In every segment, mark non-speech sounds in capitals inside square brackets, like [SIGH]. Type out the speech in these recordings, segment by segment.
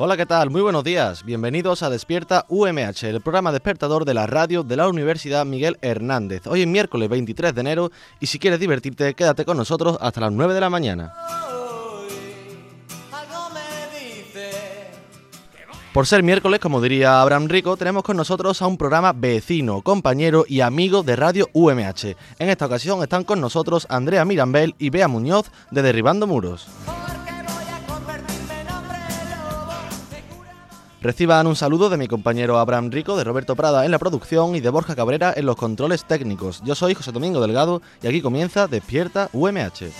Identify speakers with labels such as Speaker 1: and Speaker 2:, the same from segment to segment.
Speaker 1: Hola, ¿qué tal? Muy buenos días. Bienvenidos a Despierta UMH, el programa despertador de la radio de la Universidad Miguel Hernández. Hoy es miércoles 23 de enero y si quieres divertirte, quédate con nosotros hasta las 9 de la mañana. Por ser miércoles, como diría Abraham Rico, tenemos con nosotros a un programa vecino, compañero y amigo de Radio UMH. En esta ocasión están con nosotros Andrea Mirambel y Bea Muñoz de Derribando Muros. Reciban un saludo de mi compañero Abraham Rico, de Roberto Prada en la producción y de Borja Cabrera en los controles técnicos. Yo soy José Domingo Delgado y aquí comienza Despierta UMH.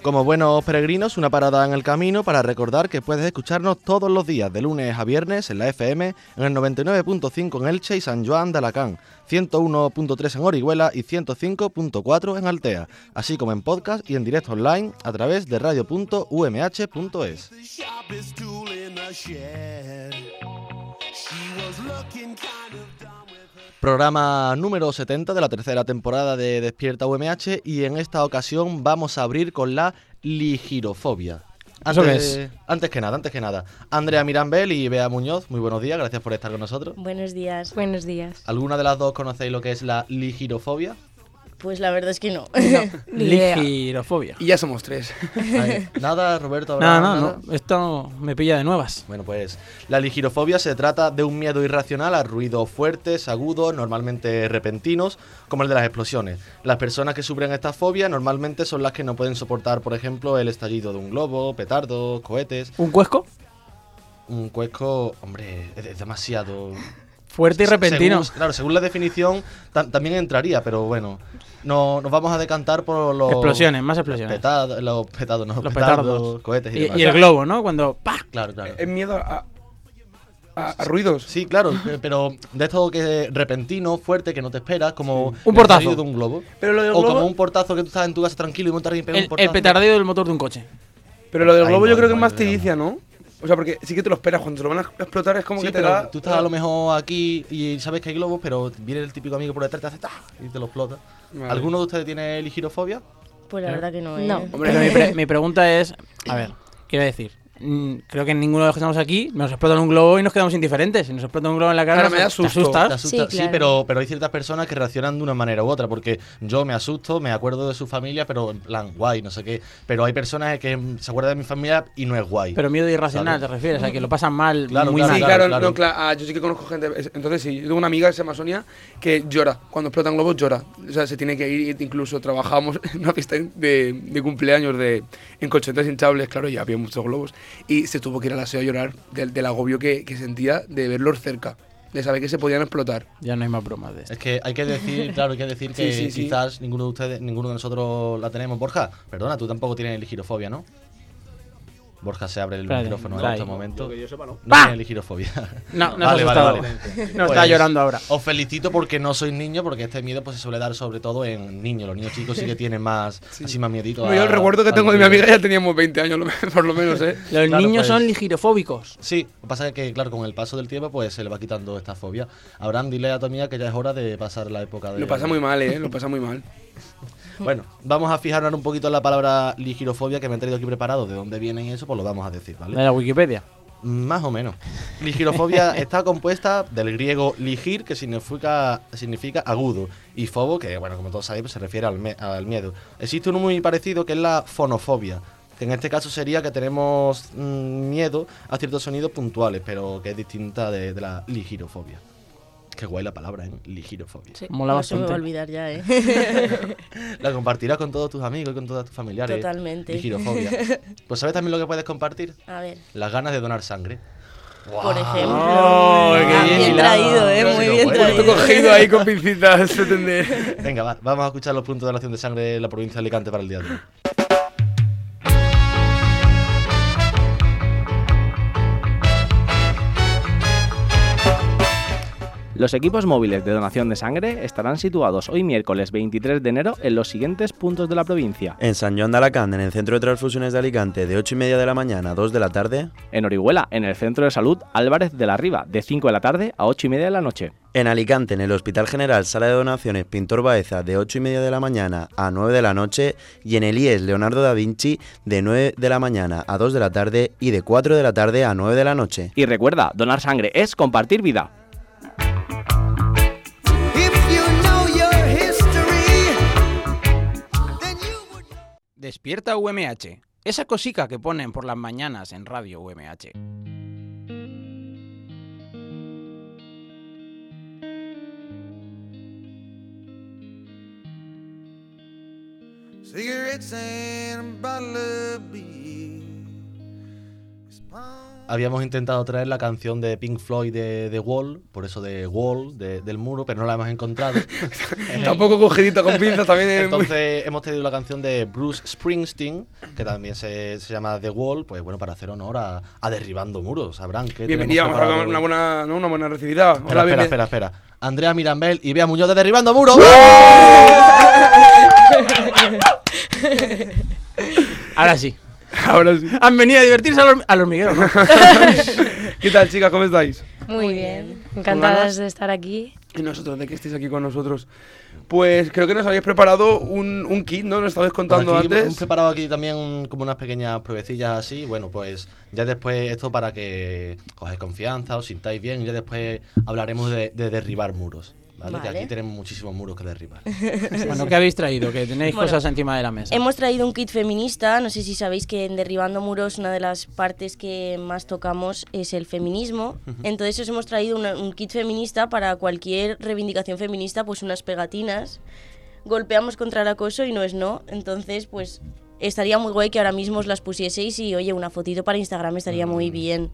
Speaker 1: Como buenos peregrinos, una parada en el camino para recordar que puedes escucharnos todos los días, de lunes a viernes, en la FM, en el 99.5 en Elche y San Joan de Alacán, 101.3 en Orihuela y 105.4 en Altea, así como en podcast y en directo online a través de radio.umh.es.
Speaker 2: The sharpest tool in the shed. She was looking kind of dumb with her.
Speaker 1: Programa número 70 de la tercera temporada de Despierta UMH y en esta ocasión vamos a abrir con la ligirofobia.
Speaker 3: ¿Eso qué es?
Speaker 1: antes que nada, antes que nada. Andrea Mirambel y Bea Muñoz, muy buenos días, gracias por estar con nosotros.
Speaker 4: Buenos días.
Speaker 5: Buenos días.
Speaker 1: ¿Alguna de las dos conocéis lo que es la ligirofobia?
Speaker 4: Pues la verdad es que no. [LAUGHS]
Speaker 5: Ni idea.
Speaker 6: Ligirofobia.
Speaker 3: Y ya somos tres.
Speaker 1: Ahí. Nada, Roberto.
Speaker 6: No,
Speaker 1: Abraham,
Speaker 6: no,
Speaker 1: nada.
Speaker 6: no. Esto me pilla de nuevas.
Speaker 1: Bueno, pues la ligirofobia se trata de un miedo irracional a ruidos fuertes, agudos, normalmente repentinos, como el de las explosiones. Las personas que sufren esta fobia normalmente son las que no pueden soportar, por ejemplo, el estallido de un globo, petardos, cohetes.
Speaker 6: ¿Un cuesco?
Speaker 1: Un cuesco, hombre, es- es demasiado.
Speaker 6: Fuerte y
Speaker 1: Se-
Speaker 6: repentino.
Speaker 1: según- claro, según la definición, tam- también entraría, pero bueno. No, nos vamos a decantar por los.
Speaker 6: Explosiones, más explosiones.
Speaker 1: Petados, los petados, no,
Speaker 6: Los
Speaker 1: petardos,
Speaker 6: petardos.
Speaker 1: cohetes y,
Speaker 6: Y,
Speaker 1: demás.
Speaker 6: y el Eh, globo, ¿no? Cuando ¡pa!
Speaker 1: Claro, claro.
Speaker 3: Es miedo a, a- a ruidos.
Speaker 1: Sí, claro, pe- pero de esto que es repentino, fuerte, que no te esperas, como
Speaker 6: Un
Speaker 1: el
Speaker 6: portazo.
Speaker 1: sonido de un globo.
Speaker 3: Pero lo del
Speaker 1: O como
Speaker 3: globo-
Speaker 1: un portazo que tú estás en tu casa tranquilo y montas y pegas
Speaker 6: El,
Speaker 1: un portazo.
Speaker 6: el petardeo del motor de un coche.
Speaker 3: Pero lo del
Speaker 1: Ay,
Speaker 3: globo
Speaker 1: no,
Speaker 3: yo creo que
Speaker 1: no,
Speaker 3: es más
Speaker 1: yo creo que
Speaker 3: tiricia, ¿no? O sea, porque sí que te lo esperas. Cuando te lo van a explotar es como
Speaker 1: Sí,
Speaker 3: que te
Speaker 1: pero
Speaker 3: da...
Speaker 1: tú estás a lo mejor aquí y sabes que hay globos, pero viene el típico amigo por detrás, te hace ¡tah! y te lo explota.
Speaker 3: Vale.
Speaker 1: ¿Alguno de ustedes tiene ligirofobia?
Speaker 4: Pues la verdad que no. ¿eh?
Speaker 5: No.
Speaker 3: Hombre,
Speaker 6: Pero mi, pre- mi pregunta es, a ver, quiero decir, mm, creo que ninguno de los que estamos aquí nos explotan un globo y nos quedamos indiferentes. Si nos explota un globo en la cara,
Speaker 3: Claro, me da
Speaker 6: nos- te
Speaker 3: susto.
Speaker 1: Te
Speaker 6: asustas.
Speaker 1: asusta.
Speaker 5: Ah, Sí,
Speaker 1: Sí,
Speaker 5: claro.
Speaker 1: pero, pero hay ciertas personas que reaccionan de una manera u otra, porque yo me asusto, me acuerdo de su familia, pero en plan, guay, no sé qué. Pero hay personas que mm, se acuerdan de mi familia y no es guay.
Speaker 6: Pero miedo irracional,
Speaker 1: Claro.
Speaker 6: te refieres, a que lo pasan mal,
Speaker 1: Claro,
Speaker 6: muy
Speaker 1: claro,
Speaker 3: Sí,
Speaker 6: mal.
Speaker 3: claro,
Speaker 1: claro.
Speaker 3: no, claro. Ah, yo sí que conozco gente. es- Entonces, sí, yo tengo una amiga que se llama Sonia que llora. Cuando explotan globos, llora. O sea, se tiene que ir. Incluso trabajamos en una fiesta de, de cumpleaños de, en colchonetas hinchables, claro, ya había muchos globos. Y se tuvo que ir a la SEO a llorar del, del agobio que, que sentía de verlos cerca, de saber que se podían explotar.
Speaker 6: Ya no hay más bromas de esto.
Speaker 1: Es que hay que
Speaker 3: [LAUGHS]
Speaker 1: decir, claro, hay que decir
Speaker 3: Sí,
Speaker 1: que
Speaker 3: sí, sí.
Speaker 1: quizás ninguno de ustedes, ninguno de nosotros la tenemos. Borja, perdona, tú tampoco tienes ligirofobia, ¿no? Borja se abre el
Speaker 6: Espérate,
Speaker 1: micrófono en
Speaker 6: dai.
Speaker 1: este momento. no.
Speaker 6: ¡Bah!
Speaker 1: tiene ligirofobia. [LAUGHS]
Speaker 6: No, no
Speaker 1: Vale,
Speaker 6: se ha
Speaker 1: vale,
Speaker 6: asustado.
Speaker 1: vale.
Speaker 6: No está
Speaker 1: Pues,
Speaker 6: llorando ahora.
Speaker 1: Os felicito porque no sois niño, porque este miedo pues, se suele dar sobre todo en niños. Los niños chicos sí que tienen
Speaker 3: [LAUGHS]
Speaker 1: más, así más miedito.
Speaker 3: yo
Speaker 1: a-
Speaker 3: el recuerdo que
Speaker 1: al
Speaker 3: tengo de mi
Speaker 1: miedo.
Speaker 3: amiga ya teníamos 20 años, lo me- [LAUGHS] por lo menos, ¿eh?
Speaker 6: Los
Speaker 1: Claro,
Speaker 6: niños
Speaker 1: pues.
Speaker 6: son ligirofóbicos.
Speaker 1: [LAUGHS] Sí, lo que pasa es que, claro, con el paso del tiempo, pues se le va quitando esta fobia. Abraham, dile a tu amiga que ya es hora de pasar la época de.
Speaker 3: Lo pasa muy mal, ¿eh? Lo pasa muy [LAUGHS] mal.
Speaker 1: Bueno, vamos a fijarnos un poquito en la palabra ligirofobia que me he traído aquí preparado, de dónde viene y eso, pues lo vamos a decir,
Speaker 6: De
Speaker 1: ¿vale?
Speaker 6: la Wikipedia.
Speaker 1: Más o menos. Ligirofobia está compuesta del griego ligir, que significa, significa agudo, y fobo, que, bueno, como todos sabéis, pues, se refiere al, me- al miedo. Existe uno muy parecido que es la fonofobia, que en este caso sería que tenemos mm, miedo a ciertos sonidos puntuales, pero que es distinta de, de la ligirofobia. Qué guay la palabra, ¿eh? Ligirofobia.
Speaker 4: Sí,
Speaker 6: Mola
Speaker 4: no se me va a
Speaker 6: bastante.
Speaker 4: olvidar ya, ¿eh?
Speaker 1: La compartirás con todos tus amigos y con todos tus familiares.
Speaker 4: Totalmente.
Speaker 1: Ligirofobia. Pues ¿sabes también lo que puedes compartir?
Speaker 4: A ver.
Speaker 1: Las ganas de donar sangre.
Speaker 4: por ejemplo.
Speaker 3: Oh,
Speaker 6: Ay, qué
Speaker 4: Ah,
Speaker 6: bien
Speaker 4: bien
Speaker 6: hilado.
Speaker 4: traído, eh, muy bien
Speaker 1: Bueno,
Speaker 3: Esto
Speaker 4: traído.
Speaker 3: cogido ahí con pincitas, [LAUGHS] se tendré.
Speaker 1: Venga, va, vamos a escuchar los puntos de donación de sangre de la provincia de Alicante para el día de hoy.
Speaker 5: Los equipos móviles de donación de sangre estarán situados hoy miércoles 23 de enero en los siguientes puntos de la provincia.
Speaker 7: En San Juan de Alacant, en el Centro de Transfusiones de Alicante, de 8 y media de la mañana a 2 de la tarde.
Speaker 5: En Orihuela, en el Centro de Salud Álvarez de la Riva, de 5 de la tarde a 8 y media de la noche.
Speaker 7: En Alicante, en el Hospital General Sala de Donaciones Pintor Baeza, de 8 y media de la mañana a 9 de la noche. Y en el IES Leonardo da Vinci, de 9 de la mañana a 2 de la tarde y de 4 de la tarde a 9 de la noche.
Speaker 5: Y recuerda, donar sangre es compartir vida.
Speaker 2: If you know your history, then you would.
Speaker 6: Despierta UMH. Esa cosica que ponen por las mañanas en Radio UMH.
Speaker 2: Cigarettes and a bottle of beer. It's
Speaker 1: [LAUGHS]
Speaker 2: palm-
Speaker 1: Habíamos intentado traer la canción de Pink Floyd de The Wall, por eso de Wall, de- del muro, pero no la hemos
Speaker 3: [LAUGHS]
Speaker 1: encontrado.
Speaker 3: Tampoco cogidita con pinzas, también es muy-
Speaker 1: Entonces hemos tenido la canción de Bruce Springsteen, que también se, se llama The Wall, pues bueno, para hacer honor a, a Derribando Muros, sabrán que tenemos
Speaker 3: Bienvenida, vamos a
Speaker 1: preparado
Speaker 3: dar una
Speaker 1: hoy.
Speaker 3: buena, no, una buena recibida.
Speaker 1: Espera, espera,
Speaker 3: bienven-
Speaker 1: espera, espera. Andrea Mirambel y Bea Muñoz de Derribando Muros.
Speaker 6: Ahora sí.
Speaker 3: Ahora sí. [LAUGHS]
Speaker 6: Han venido a divertirse a los, a los migueros, ¿no?
Speaker 3: ¿Qué tal, chicas? ¿Cómo estáis?
Speaker 8: Muy bien.
Speaker 3: ¿Con
Speaker 8: Encantadas
Speaker 3: ganas?
Speaker 8: de estar aquí.
Speaker 3: Y nosotros, de que estéis aquí con nosotros. Pues creo que nos habéis preparado un, un kit, ¿no? Nos estabais
Speaker 1: Por
Speaker 3: contando
Speaker 1: aquí Hemos
Speaker 3: antes.
Speaker 1: preparado aquí también como unas pequeñas pruebecillas así. Bueno, pues ya después esto para que cogáis confianza, os sintáis bien y ya después hablaremos de, de derribar muros. ¿vale? Que
Speaker 4: Vale.
Speaker 1: aquí tenemos muchísimos muros que derribar.
Speaker 6: Bueno, ¿qué habéis traído? Que tenéis
Speaker 4: Bueno,
Speaker 6: cosas encima de la mesa.
Speaker 4: Hemos traído un kit feminista. No sé si sabéis que en Derribando Muros una de las partes que más tocamos es el feminismo. Entonces os hemos traído una- un kit feminista para cualquier reivindicación feminista, pues unas pegatinas. Golpeamos contra el acoso y no es no. Entonces, pues estaría muy guay que ahora mismo os las pusieseis y oye, una fotito para Instagram estaría muy bien.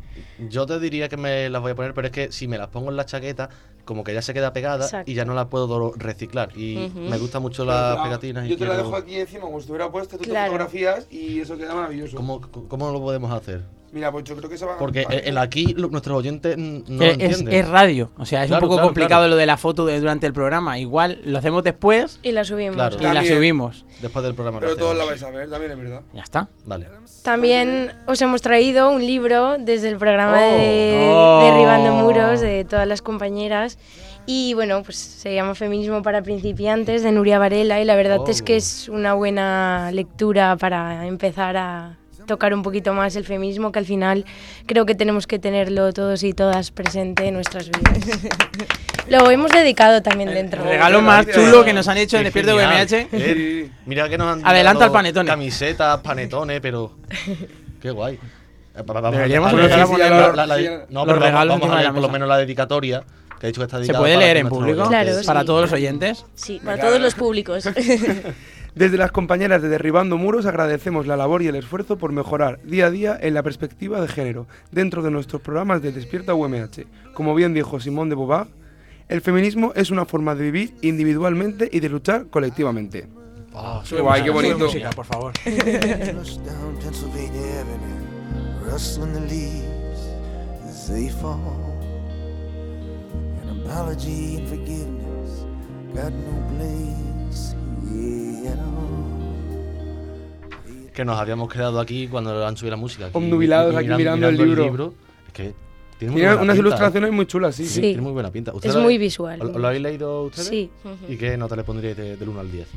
Speaker 1: Yo te diría que me las voy a poner, pero es que si me las pongo en la chaqueta, como que ya se queda pegada
Speaker 8: Exacto.
Speaker 1: y ya no la puedo do- reciclar. Y
Speaker 4: Ujú.
Speaker 1: me gustan mucho las pegatinas. y
Speaker 3: Yo te la
Speaker 1: quiero-
Speaker 3: dejo aquí encima como si estuviera puesta, tú
Speaker 8: te
Speaker 3: te
Speaker 8: Claro.
Speaker 3: fotografías y eso queda maravilloso.
Speaker 1: ¿Cómo, ¿Cómo lo podemos hacer?
Speaker 3: Mira, pues yo creo que se va
Speaker 1: Porque eh, el- el aquí lo- nuestros oyentes mm, no lo
Speaker 6: Eh, es,
Speaker 1: entienden.
Speaker 6: es radio, o sea, es
Speaker 1: Claro,
Speaker 6: un poco
Speaker 1: claro,
Speaker 6: complicado
Speaker 1: claro.
Speaker 6: lo de la foto de- durante el programa. Igual lo hacemos después
Speaker 8: Y la subimos.
Speaker 1: Claro.
Speaker 6: y la
Speaker 3: También.
Speaker 6: subimos.
Speaker 1: Después del programa. lo
Speaker 3: Pero todos la
Speaker 1: hacemos.
Speaker 3: vais a ver, también es verdad.
Speaker 6: Ya está.
Speaker 1: Vale.
Speaker 8: También os hemos traído un libro desde el programa
Speaker 3: Oh.
Speaker 8: de
Speaker 6: Oh.
Speaker 8: Derribando Muros de todas las compañeras. Y bueno, pues se llama Feminismo para principiantes de Nuria Varela y la verdad es
Speaker 1: Oh.
Speaker 8: que es una buena lectura para empezar a tocar un poquito más el feminismo que al final creo que tenemos que tenerlo todos y todas presente en nuestras vidas. Lo hemos dedicado también dentro.
Speaker 6: Regalo más
Speaker 3: gracias.
Speaker 6: chulo que nos han hecho en
Speaker 1: Qué
Speaker 6: Despierta
Speaker 1: genial.
Speaker 6: VMH.
Speaker 1: Eh, Mira que nos han
Speaker 6: Adelanta al
Speaker 1: dado
Speaker 6: panetone.
Speaker 1: Camisetas, panetones, pero. Qué guay. Eh, va- va- vamos a
Speaker 6: Deberíamos
Speaker 1: dejar-
Speaker 3: empezar
Speaker 1: Bueno,
Speaker 3: a
Speaker 1: sí,
Speaker 3: poner
Speaker 1: ya
Speaker 3: los-
Speaker 1: la- la-
Speaker 3: sí, ya-
Speaker 1: No,
Speaker 6: los
Speaker 1: pero vamos-
Speaker 6: regalos
Speaker 1: Vamos a
Speaker 6: encima de
Speaker 1: leer
Speaker 6: la
Speaker 1: por lo
Speaker 6: mesa.
Speaker 1: menos la dedicatoria. Que ha dicho que está
Speaker 6: ¿Se
Speaker 1: dedicada
Speaker 6: puede
Speaker 1: para
Speaker 6: leer en
Speaker 1: nuestros
Speaker 6: público?
Speaker 1: oyentes.
Speaker 8: Claro,
Speaker 6: Para
Speaker 8: sí.
Speaker 6: todos los oyentes.
Speaker 4: Sí, para
Speaker 3: Venga.
Speaker 4: todos los públicos.
Speaker 3: Desde las compañeras de Derribando Muros agradecemos la labor y el esfuerzo por mejorar día a día en la perspectiva de género dentro de nuestros programas de Despierta UMH. Como bien dijo Simón de Beauvoir, el feminismo es una forma de vivir individualmente y de luchar colectivamente.
Speaker 1: Ah,
Speaker 3: Qué guay, qué
Speaker 6: Sube
Speaker 3: bonito.
Speaker 6: música, por favor.
Speaker 2: Just down Pennsylvania Avenue, rustling the leaves as they fall. An apology and forgiveness got no place here at all.
Speaker 1: Que nos habíamos quedado aquí cuando han subido la música. aquí,
Speaker 3: Obnubilados
Speaker 1: mi- mi-
Speaker 3: aquí mirando el libro.
Speaker 1: Es que tiene muy
Speaker 3: Tiene
Speaker 1: buena
Speaker 3: unas
Speaker 1: pinta,
Speaker 3: ilustraciones muy chulas, sí.
Speaker 1: ¿eh?
Speaker 3: sí.
Speaker 1: Sí,
Speaker 8: Sí.
Speaker 1: Tiene muy buena pinta. ¿Ustedes
Speaker 8: Es
Speaker 1: lo-
Speaker 8: muy visual.
Speaker 1: ¿Lo, lo habéis leído ustedes?
Speaker 8: Sí.
Speaker 1: ¿Y qué nota le pondríais de- del 1 al 10?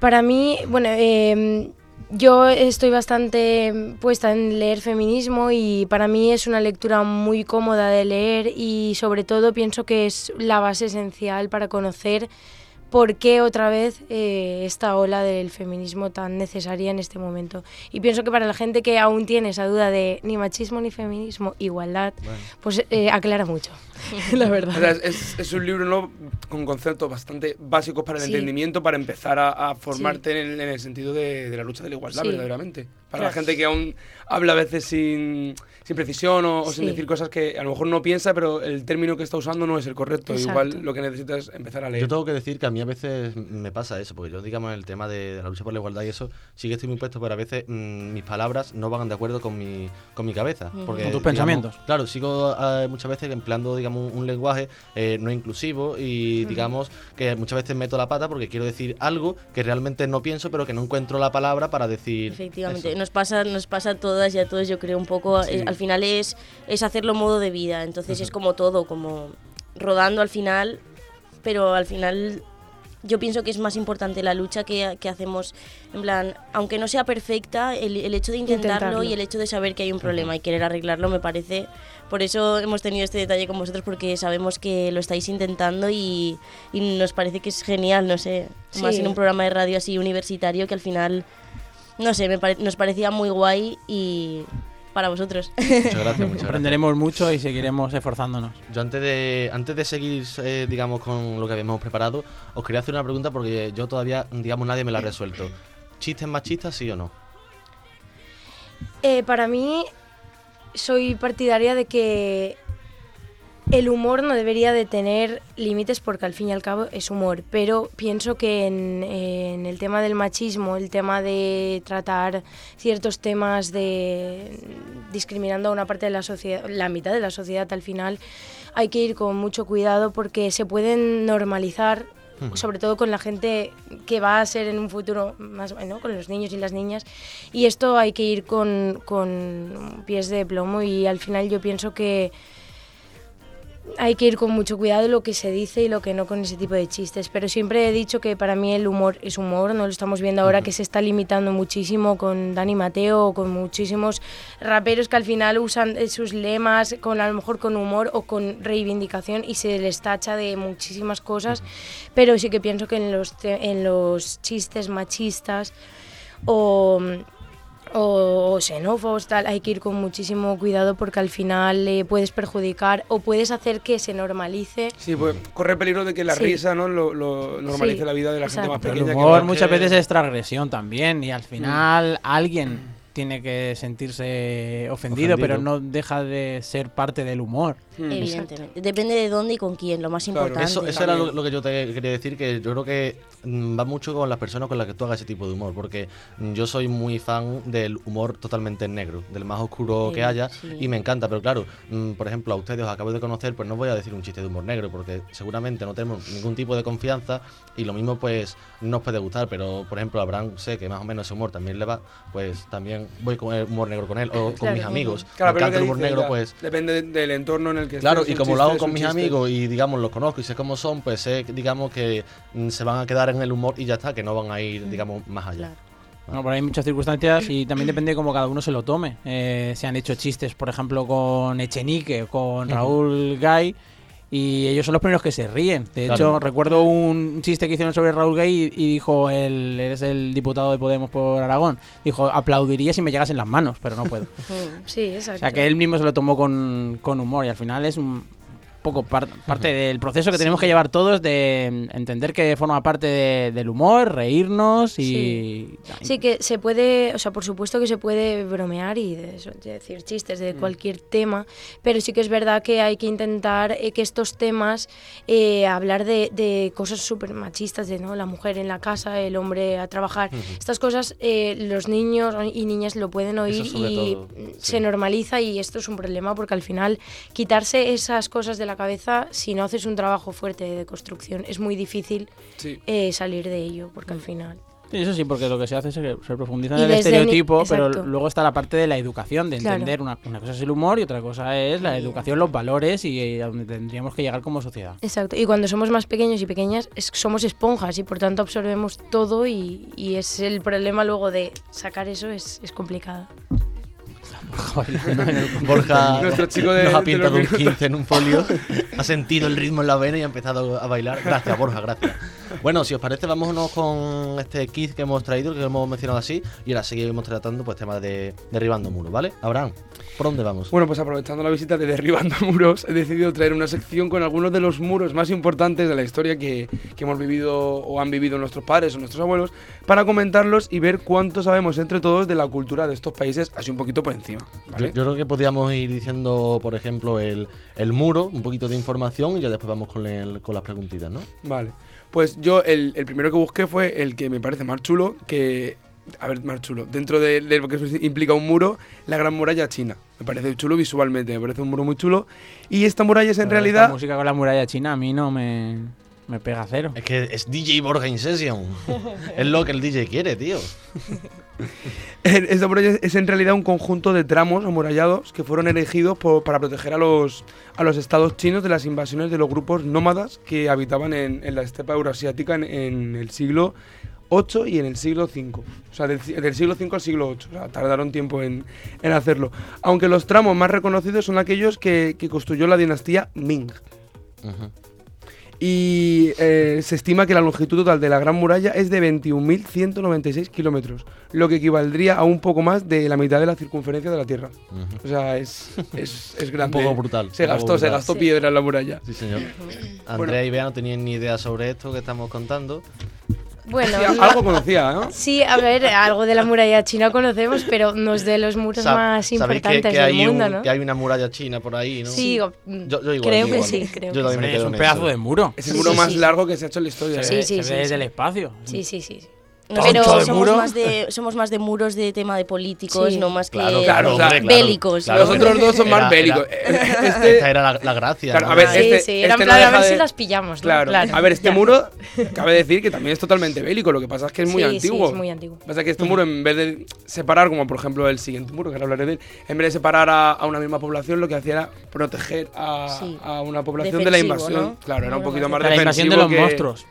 Speaker 8: Para mí, bueno, eh, yo estoy bastante puesta en leer feminismo y para mí es una lectura muy cómoda de leer y sobre todo pienso que es la base esencial para conocer por qué otra vez eh, esta ola del feminismo tan necesaria en este momento. Y pienso que para la gente que aún tiene esa duda de ni machismo ni feminismo, igualdad, pues eh, aclara mucho, [LAUGHS] la
Speaker 3: O
Speaker 8: verdad.
Speaker 3: sea, es- es, es un libro ¿no? con conceptos bastante básicos para el
Speaker 8: Sí.
Speaker 3: entendimiento, para empezar a, a formarte en, el, en el sentido de, de la lucha de la igualdad,
Speaker 8: Sí.
Speaker 3: verdaderamente. Para la
Speaker 8: Claro.
Speaker 3: gente que aún habla a veces sin, sin precisión o, o sin
Speaker 8: Sí.
Speaker 3: decir cosas que a lo mejor no piensa, pero el término que está usando no es el correcto.
Speaker 8: Exacto.
Speaker 3: Igual lo que necesitas es empezar a leer.
Speaker 1: Yo tengo que decir que a mí a veces me pasa eso, porque yo, digamos, en el tema de, de la lucha por la igualdad y eso, sí que estoy muy puesto, pero a veces mm, mis palabras no van de acuerdo con mi, con mi cabeza.
Speaker 4: Ujú.
Speaker 1: Porque,
Speaker 4: Con
Speaker 6: tus
Speaker 1: digamos,
Speaker 6: pensamientos.
Speaker 1: Claro, sigo eh, muchas veces empleando, digamos, un lenguaje eh, no inclusivo y, digamos, que muchas veces meto la pata porque quiero decir algo que realmente no pienso, pero que no encuentro la palabra para decir.
Speaker 4: Efectivamente,
Speaker 1: eso.
Speaker 4: nos pasa, nos pasa a todas y a todos, yo creo, un poco.
Speaker 3: Sí.
Speaker 4: es- al final es, es hacerlo modo de vida, entonces es como todo, como rodando al final, pero al final yo pienso que es más importante la lucha que, que hacemos, en plan, aunque no sea perfecta, el, el hecho de intentarlo,
Speaker 8: Intentarlo.
Speaker 4: y el hecho de saber que hay un problema y querer arreglarlo me parece... Por eso hemos tenido este detalle con vosotros, porque sabemos que lo estáis intentando y, y nos parece que es genial, no sé, más
Speaker 8: Sí.
Speaker 4: en un programa de radio así universitario que al final no sé, me pare- nos parecía muy guay y para vosotros.
Speaker 1: Muchas gracias,
Speaker 4: [LAUGHS]
Speaker 1: muchas gracias.
Speaker 6: Aprenderemos mucho y seguiremos esforzándonos.
Speaker 1: Yo antes de, antes de seguir, eh, digamos, con lo que habíamos preparado, os quería hacer una pregunta porque yo todavía, digamos, nadie me la ha resuelto. ¿Chistes machistas, sí o no?
Speaker 8: Eh, para mí, soy partidaria de que el humor no debería de tener límites porque al fin y al cabo es humor, pero pienso que en, en el tema del machismo, el tema de tratar ciertos temas de discriminando a una parte de la sociedad, la mitad de la sociedad al final, hay que ir con mucho cuidado porque se pueden normalizar sobre todo con la gente que va a ser en un futuro más bueno, con los niños y las niñas. Y esto hay que ir con, con pies de plomo y al final yo pienso que hay que ir con mucho cuidado lo que se dice y lo que no con ese tipo de chistes. Pero siempre he dicho que para mí el humor es humor, no lo estamos viendo ahora que se está limitando muchísimo con Dani Mateo, o con muchísimos raperos que al final usan eh, sus lemas con a lo mejor con humor o con reivindicación y se les tacha de muchísimas cosas. Pero sí que pienso que en los, te- en los chistes machistas o mm, o xenófobos, tal, hay que ir con muchísimo cuidado porque al final le puedes perjudicar o puedes hacer que se normalice.
Speaker 3: Sí, pues corre peligro de que la
Speaker 8: Sí.
Speaker 3: risa ¿no? lo, lo normalice
Speaker 8: Sí,
Speaker 3: la vida de la gente
Speaker 8: exacto.
Speaker 3: más
Speaker 6: Pero
Speaker 3: pequeña.
Speaker 6: el
Speaker 3: que
Speaker 6: humor
Speaker 3: no-
Speaker 6: muchas
Speaker 3: que-
Speaker 6: veces es transgresión también y al final alguien tiene que sentirse ofendido,
Speaker 1: Ofendido.
Speaker 6: pero no deja de ser parte del humor.
Speaker 3: Mm.
Speaker 4: Evidentemente. Depende de dónde y con quién, lo más
Speaker 3: Claro.
Speaker 4: importante.
Speaker 1: Eso, eso era lo, lo que yo te quería decir, que yo creo que mm, va mucho con las personas con las que tú hagas ese tipo de humor, porque mm, yo soy muy fan del humor totalmente negro, del más oscuro
Speaker 4: Sí,
Speaker 1: que haya,
Speaker 4: sí.
Speaker 1: y me encanta, pero claro, mm, por ejemplo, a ustedes os acabo de conocer, pues no voy a decir un chiste de humor negro, porque seguramente no tenemos ningún tipo de confianza, y lo mismo pues no os puede gustar, pero por ejemplo, a Abraham sé que más o menos ese humor también le va, pues también voy con el humor negro con él, o con mis amigos,
Speaker 3: Claro,
Speaker 1: me
Speaker 3: pero lo
Speaker 1: encanta
Speaker 3: que
Speaker 1: el humor
Speaker 3: dice,
Speaker 1: negro,
Speaker 3: ya,
Speaker 1: pues...
Speaker 3: Depende de- del entorno en el que
Speaker 1: Claro,
Speaker 3: estés,
Speaker 1: y
Speaker 3: un
Speaker 1: como lo
Speaker 3: chiste
Speaker 1: hago
Speaker 3: Este es
Speaker 1: con
Speaker 3: un
Speaker 1: mis
Speaker 3: chiste.
Speaker 1: amigos y digamos los conozco y sé cómo son, pues sé, digamos que mm, se van a quedar en el humor y ya está, que no van a ir, digamos, más allá.
Speaker 6: Bueno, pero hay muchas circunstancias y también depende de cómo cada uno se lo tome. Eh, se han hecho chistes, por ejemplo, con Echenique, con Raúl Gay, y ellos son los primeros que se ríen. De
Speaker 1: Claro.
Speaker 6: hecho, recuerdo un chiste que hicieron sobre Raúl Gay y, y dijo, el, eres el diputado de Podemos por Aragón, dijo, aplaudiría si me llegas en las manos, pero no puedo.
Speaker 4: Mm.
Speaker 8: Sí, exacto.
Speaker 6: o sea, que él mismo se lo tomó con, con humor y al final es un poco par- parte del proceso que tenemos que llevar todos de entender que forma parte de- del humor, reírnos y...
Speaker 8: Sí, que se puede, o sea, por supuesto que se puede bromear y de eso, de decir chistes
Speaker 1: Mm.
Speaker 8: de cualquier tema, pero sí que es verdad que hay que intentar eh, que estos temas, eh, hablar de, de cosas súper machistas, de no la mujer en la casa, el hombre a trabajar, estas cosas eh, los niños y niñas lo pueden oír
Speaker 1: sobre
Speaker 8: y
Speaker 1: todo,
Speaker 8: mm,
Speaker 1: sí.
Speaker 8: se normaliza y esto es un problema porque al final quitarse esas cosas de la cabeza, si no haces un trabajo fuerte de construcción, es muy difícil
Speaker 3: Sí.
Speaker 8: eh, salir de ello porque
Speaker 1: Mm.
Speaker 8: al final...
Speaker 6: Sí, eso sí, porque lo que se hace es que se profundiza en
Speaker 8: Y
Speaker 6: el
Speaker 8: desde ni-
Speaker 6: estereotipo, pero
Speaker 8: exacto.
Speaker 6: luego está la parte de la educación, de
Speaker 8: Claro.
Speaker 6: entender una, una cosa es el humor y otra cosa es la educación, los valores y eh, a donde tendríamos que llegar como sociedad.
Speaker 8: Exacto, y cuando somos más pequeños y pequeñas es- somos esponjas y por tanto absorbemos todo y, y es el problema luego de sacar eso es, es complicado.
Speaker 1: [LAUGHS] Borja
Speaker 3: [LAUGHS] Nuestro chico
Speaker 1: nos
Speaker 3: de- de
Speaker 1: ha
Speaker 3: los
Speaker 1: pintado un
Speaker 3: minutos. [LAUGHS]
Speaker 1: 15 en un folio, ha sentido el ritmo en la vena y ha empezado a bailar. Gracias, Borja, gracias. Bueno, si os parece, vámonos con este kit que hemos traído, que hemos mencionado así, y ahora seguimos tratando pues temas de derribando muros, ¿vale? Abraham, ¿por dónde vamos?
Speaker 3: Bueno, pues aprovechando la visita de Derribando [LAUGHS] Muros, he decidido traer una sección con algunos de los muros más importantes de la historia que, que hemos vivido o han vivido nuestros padres o nuestros abuelos, para comentarlos y ver cuánto sabemos entre todos de la cultura de estos países, así un poquito por encima. ¿vale?
Speaker 1: Yo, yo creo que podríamos ir diciendo, por ejemplo, el, el muro, un poquito de información, y ya después vamos con, el- con las preguntitas, ¿no?
Speaker 3: Vale. Pues yo el, el primero que busqué fue el que me parece más chulo, que... A ver, más chulo. Dentro de, de lo que implica un muro, la Gran Muralla China. Me parece chulo visualmente, me parece un muro muy chulo. Y esta muralla es en
Speaker 6: Pero
Speaker 3: realidad...
Speaker 6: esta música con la muralla china a mí no me, me pega cero.
Speaker 1: Es que es DJ Borja In
Speaker 8: [LAUGHS]
Speaker 1: Session. es lo que el DJ quiere, tío.
Speaker 3: [LAUGHS] Esta muralla es en realidad un conjunto de tramos amurallados que fueron erigidos por- para proteger a los, a los estados chinos de las invasiones de los grupos nómadas que habitaban en, en la estepa euroasiática en, en el siglo VIII y en el siglo V. O sea, del, ci- del siglo V al siglo VIII. O sea, tardaron tiempo en, en hacerlo. Aunque los tramos más reconocidos son aquellos que, que construyó la dinastía Ming.
Speaker 1: Ujú.
Speaker 3: Y eh, se estima que la longitud total de la Gran Muralla es de 21.196 kilómetros, lo que equivaldría a un poco más de la mitad de la circunferencia de la Tierra.
Speaker 1: Ujú.
Speaker 3: O sea, es, es, es
Speaker 1: Un
Speaker 3: grande.
Speaker 1: poco brutal.
Speaker 3: Se
Speaker 1: un poco
Speaker 3: gastó, se
Speaker 1: brutal.
Speaker 3: gastó piedra en la muralla.
Speaker 1: Sí, señor. Andrea y Bea no tenían ni idea sobre esto que estamos contando.
Speaker 8: Bueno,
Speaker 3: Sí, algo conocía, ¿no?
Speaker 8: sí, a ver, algo de la muralla china conocemos, pero no es de los muros
Speaker 1: Sab-
Speaker 8: más
Speaker 1: sabéis que-
Speaker 8: importantes
Speaker 1: que,
Speaker 8: del
Speaker 1: hay
Speaker 8: mundo,
Speaker 1: un-
Speaker 8: ¿no?
Speaker 1: que hay una muralla china por ahí, ¿no?
Speaker 8: Sí, o- mm,
Speaker 1: Yo, yo igual,
Speaker 8: creo
Speaker 1: yo
Speaker 8: que
Speaker 1: igual.
Speaker 8: sí, creo
Speaker 1: Yo
Speaker 8: que
Speaker 1: también me
Speaker 6: Hombre, es
Speaker 1: quedo
Speaker 6: un
Speaker 1: en
Speaker 6: pedazo
Speaker 1: eso.
Speaker 6: de muro.
Speaker 3: Es el muro
Speaker 8: sí,
Speaker 3: más
Speaker 8: sí.
Speaker 3: largo que se ha hecho en la historia. ¿eh?
Speaker 6: Se
Speaker 8: Sí,
Speaker 6: ve-
Speaker 8: sí,
Speaker 6: se
Speaker 8: sí,
Speaker 6: ve desde
Speaker 8: sí.
Speaker 6: el espacio.
Speaker 8: sí, sí, sí. sí.
Speaker 4: Nosotros
Speaker 6: Pero-
Speaker 4: somos,
Speaker 6: ¿Muro?
Speaker 4: más de, somos más de muros de tema de políticos,
Speaker 8: Sí.
Speaker 4: no más que
Speaker 1: Claro, claro,
Speaker 3: hombre, claro.
Speaker 4: bélicos.
Speaker 1: Claro,
Speaker 4: ¿no?
Speaker 3: Los otros dos son más
Speaker 1: Era-
Speaker 3: bélicos.
Speaker 8: [LAUGHS]
Speaker 3: Este-
Speaker 1: Esta era la, la gracia.
Speaker 3: Claro,
Speaker 1: ¿no?
Speaker 3: a ver,
Speaker 8: sí,
Speaker 3: este-
Speaker 8: sí, era en
Speaker 3: este no
Speaker 8: plan, a
Speaker 3: deja
Speaker 8: ver
Speaker 3: de-
Speaker 8: si las pillamos, ¿no?
Speaker 3: Claro. A ver, este
Speaker 8: ya.
Speaker 3: muro, cabe decir que también es totalmente bélico, lo que pasa es que es muy
Speaker 8: Sí, sí,
Speaker 3: antiguo.
Speaker 8: es muy antiguo.
Speaker 3: Pasa que este muro, en vez de separar, como por ejemplo el siguiente muro, que ahora hablaré de él, en vez de separar a, a una misma población, lo que hacía era proteger a,
Speaker 4: Sí.
Speaker 3: a una población de la
Speaker 4: Defensivo,
Speaker 3: invasión.
Speaker 4: ¿no?
Speaker 3: Claro, era un
Speaker 4: Bueno,
Speaker 3: poquito más
Speaker 6: Para la invasión de
Speaker 3: defensivo
Speaker 6: los
Speaker 3: que-
Speaker 6: monstruos.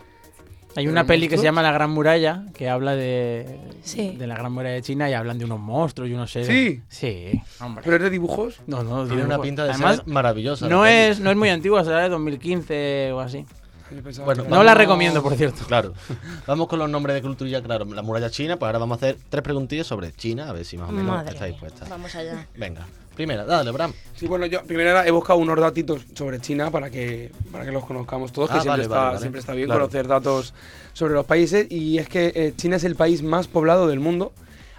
Speaker 6: Hay
Speaker 3: ¿De
Speaker 6: una
Speaker 3: los
Speaker 6: peli que se
Speaker 3: monstruos?
Speaker 6: llama La Gran Muralla, que habla de,
Speaker 8: Sí.
Speaker 6: de la Gran Muralla de China y hablan de unos monstruos y unos seres.
Speaker 3: Sí.
Speaker 6: Sí, hombre.
Speaker 3: Pero es de dibujos.
Speaker 6: No, no,
Speaker 1: Tiene una pinta de
Speaker 6: eh, Además,
Speaker 1: ser maravillosa. la
Speaker 6: no
Speaker 1: peli.
Speaker 6: es, no es muy antigua, será de 2015 o así.
Speaker 3: Yo pensaba
Speaker 1: Bueno,
Speaker 3: que era-
Speaker 6: No la
Speaker 1: Vamos.
Speaker 6: recomiendo, por cierto.
Speaker 1: Claro. [LAUGHS] Vamos con los nombres de cultura, claro. La muralla china, pues ahora vamos a hacer tres preguntillas sobre China, a ver si más o menos
Speaker 8: Madre
Speaker 1: estáis
Speaker 8: mía.
Speaker 1: dispuesta.
Speaker 4: Vamos allá.
Speaker 1: Venga. Primera, dale, Bram.
Speaker 3: Sí, bueno, yo primero era- he buscado unos datitos sobre China para que, para que los conozcamos todos,
Speaker 1: Ah,
Speaker 3: que siempre,
Speaker 1: vale,
Speaker 3: está,
Speaker 1: vale, vale.
Speaker 3: siempre está bien
Speaker 1: Claro.
Speaker 3: conocer datos sobre los países. Y es que eh, China es el país más poblado del mundo,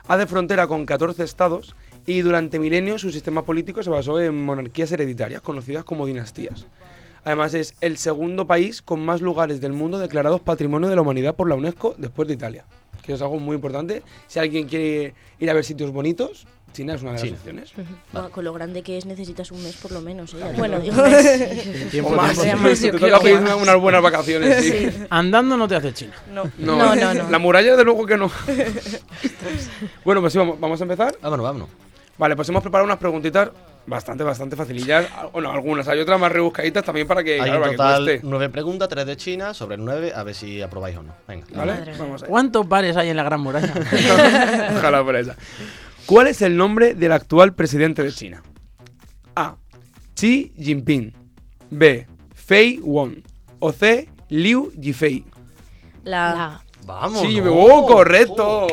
Speaker 3: hace frontera con 14 estados y durante milenios su sistema político se basó en monarquías hereditarias, conocidas como dinastías. Además es el segundo país con más lugares del mundo declarados Patrimonio de la Humanidad por la UNESCO después de Italia, que es algo muy importante. Si alguien quiere ir a ver sitios bonitos, China es una de las
Speaker 1: China.
Speaker 3: opciones.
Speaker 4: Buah, con lo grande que es, necesitas un mes por lo menos. ¿eh? Ya te
Speaker 8: Bueno,
Speaker 4: lo digo.
Speaker 8: sí.
Speaker 4: [LAUGHS]
Speaker 3: O
Speaker 6: Tiempo,
Speaker 3: más,
Speaker 6: tiempo.
Speaker 8: Además,
Speaker 3: te
Speaker 8: yo
Speaker 3: toca
Speaker 8: creo que
Speaker 3: pedir
Speaker 8: más.
Speaker 3: unas buenas vacaciones, sí.
Speaker 6: Andando no te hace China.
Speaker 4: No.
Speaker 3: No,
Speaker 8: No, no, no.
Speaker 3: La muralla, de luego que no. bueno, pues sí, vamos, vamos a empezar.
Speaker 1: Vámonos, vámonos.
Speaker 3: Vale, pues hemos preparado unas preguntitas bastante, bastante facilillas. Al- Bueno, algunas. Hay otras más rebuscaditas también para que,
Speaker 1: Hay
Speaker 3: claro,
Speaker 1: en
Speaker 3: para que
Speaker 1: total
Speaker 3: cueste.
Speaker 1: nueve preguntas, tres de China, sobre nueve, a ver si aprobáis o no. Venga.
Speaker 3: ¿Vale?
Speaker 8: Madre mía.
Speaker 3: Vamos a
Speaker 6: ¿Cuántos bares hay en la Gran Muralla?
Speaker 3: [LAUGHS] Ojalá fuera esa. ¿Cuál es el nombre del actual presidente de China? A. Xi Jinping. B. Fei Wong. O C. Liu Yifei.
Speaker 4: La,
Speaker 8: La-
Speaker 1: Vamos.
Speaker 3: Sí, ¡oh, correcto!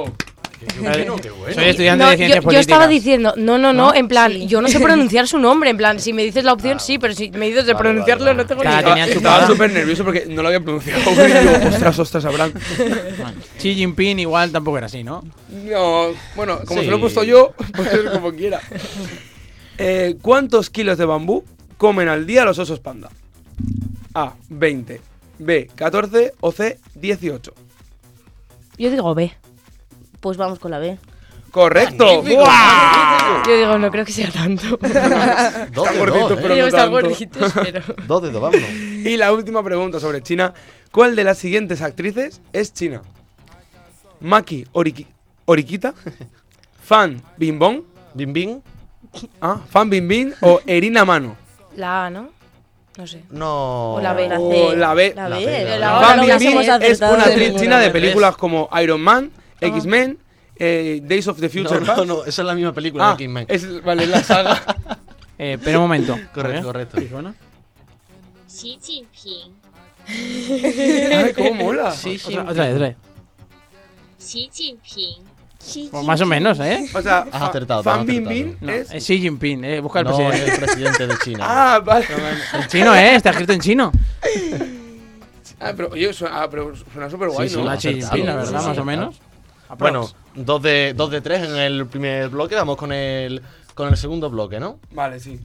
Speaker 1: Qué bueno, qué bueno.
Speaker 6: [LAUGHS] Soy estudiante
Speaker 8: No,
Speaker 6: de ciencias
Speaker 8: yo, yo
Speaker 6: políticas.
Speaker 8: estaba diciendo, no, no, no,
Speaker 6: ¿No?
Speaker 8: en plan,
Speaker 4: Sí.
Speaker 8: yo no sé pronunciar su nombre, en plan, si me dices la opción sí, pero si me dices de
Speaker 1: Vale,
Speaker 8: pronunciarlo
Speaker 1: vale, vale.
Speaker 8: no tengo
Speaker 6: Cada
Speaker 8: ni
Speaker 6: La
Speaker 3: Estaba-
Speaker 6: Ah, tenía
Speaker 3: Estaba
Speaker 6: chupada.
Speaker 3: súper nervioso porque no lo había pronunciado. Y digo, ostras, ostras, Abraham.
Speaker 6: Bueno, Xi Jinping igual tampoco era así, ¿no?
Speaker 3: No, bueno, como
Speaker 1: Sí.
Speaker 3: se lo he puesto yo, puede ser como quiera. Eh, ¿Cuántos kilos de bambú comen al día los osos panda? A, 20. B, 14. O C, 18.
Speaker 8: Yo digo B.
Speaker 4: pues vamos con la B.
Speaker 3: ¡Correcto! ¡Buah!
Speaker 8: Yo digo, no creo que sea tanto. [LAUGHS]
Speaker 1: Dos
Speaker 3: Está
Speaker 1: de dos,
Speaker 3: gordito,
Speaker 1: ¿eh?
Speaker 3: pero no
Speaker 8: Ellos están
Speaker 3: tanto.
Speaker 8: gorditos, pero...
Speaker 1: Dos de dos, vámonos.
Speaker 3: Y la última pregunta sobre China. ¿Cuál de las siguientes actrices es china? Maki Oriki- Orikita, Fan Bimbong,
Speaker 1: Bim, bim.
Speaker 3: ah, Fan Bingbing o Erina Mano.
Speaker 8: La A, ¿no? No sé.
Speaker 1: No.
Speaker 8: O la B.
Speaker 4: La
Speaker 3: Oh,
Speaker 4: C.
Speaker 3: la B.
Speaker 4: La
Speaker 1: La
Speaker 4: B.
Speaker 1: B, la
Speaker 4: La
Speaker 1: B.
Speaker 4: otra
Speaker 3: Fan
Speaker 4: no
Speaker 8: Bambi
Speaker 4: hubiésemos
Speaker 3: Bingbing es
Speaker 4: acertado
Speaker 3: una actriz
Speaker 4: ninguna.
Speaker 3: china de
Speaker 6: Tres.
Speaker 3: películas como Iron Man, X-Men, eh, Days of the Future
Speaker 1: No, no,
Speaker 3: Past.
Speaker 1: no, esa es la misma película de
Speaker 3: Ah,
Speaker 1: Kingman.
Speaker 3: es, vale, la saga.
Speaker 6: [LAUGHS] Eh, pero un momento.
Speaker 1: Correcto,
Speaker 6: A ver.
Speaker 1: correcto.
Speaker 6: ¿Sí suena?
Speaker 3: Ay, cómo mola.
Speaker 6: [LAUGHS] Sí, sí. Otra, otra vez, otra vez.
Speaker 9: Xi Jinping,
Speaker 6: Pues más o menos, ¿eh?
Speaker 3: O sea,
Speaker 1: Has acertado,
Speaker 3: Fan
Speaker 1: has
Speaker 3: Bin
Speaker 1: acertado.
Speaker 3: Bin
Speaker 6: No,
Speaker 3: es.
Speaker 6: eh, Xi Jinping, eh, busca el
Speaker 1: No,
Speaker 6: presidente.
Speaker 1: el presidente de China.
Speaker 3: Ah, vale.
Speaker 6: En [LAUGHS] chino, ¿eh? Está escrito en chino.
Speaker 3: [LAUGHS] Ah, pero oye, su- ah, pero suena súper guay,
Speaker 1: Sí, sí,
Speaker 3: ¿no?
Speaker 6: Hola,
Speaker 1: ha
Speaker 6: Xi
Speaker 1: acertado,
Speaker 6: Jinping, la
Speaker 1: sí,
Speaker 6: verdad,
Speaker 1: sí,
Speaker 6: más o
Speaker 1: acertado.
Speaker 6: menos.
Speaker 1: Bueno,
Speaker 6: Aprox.
Speaker 1: dos de, dos de tres en el primer bloque. Vamos con el, con el segundo bloque, ¿no?
Speaker 3: Vale, sí.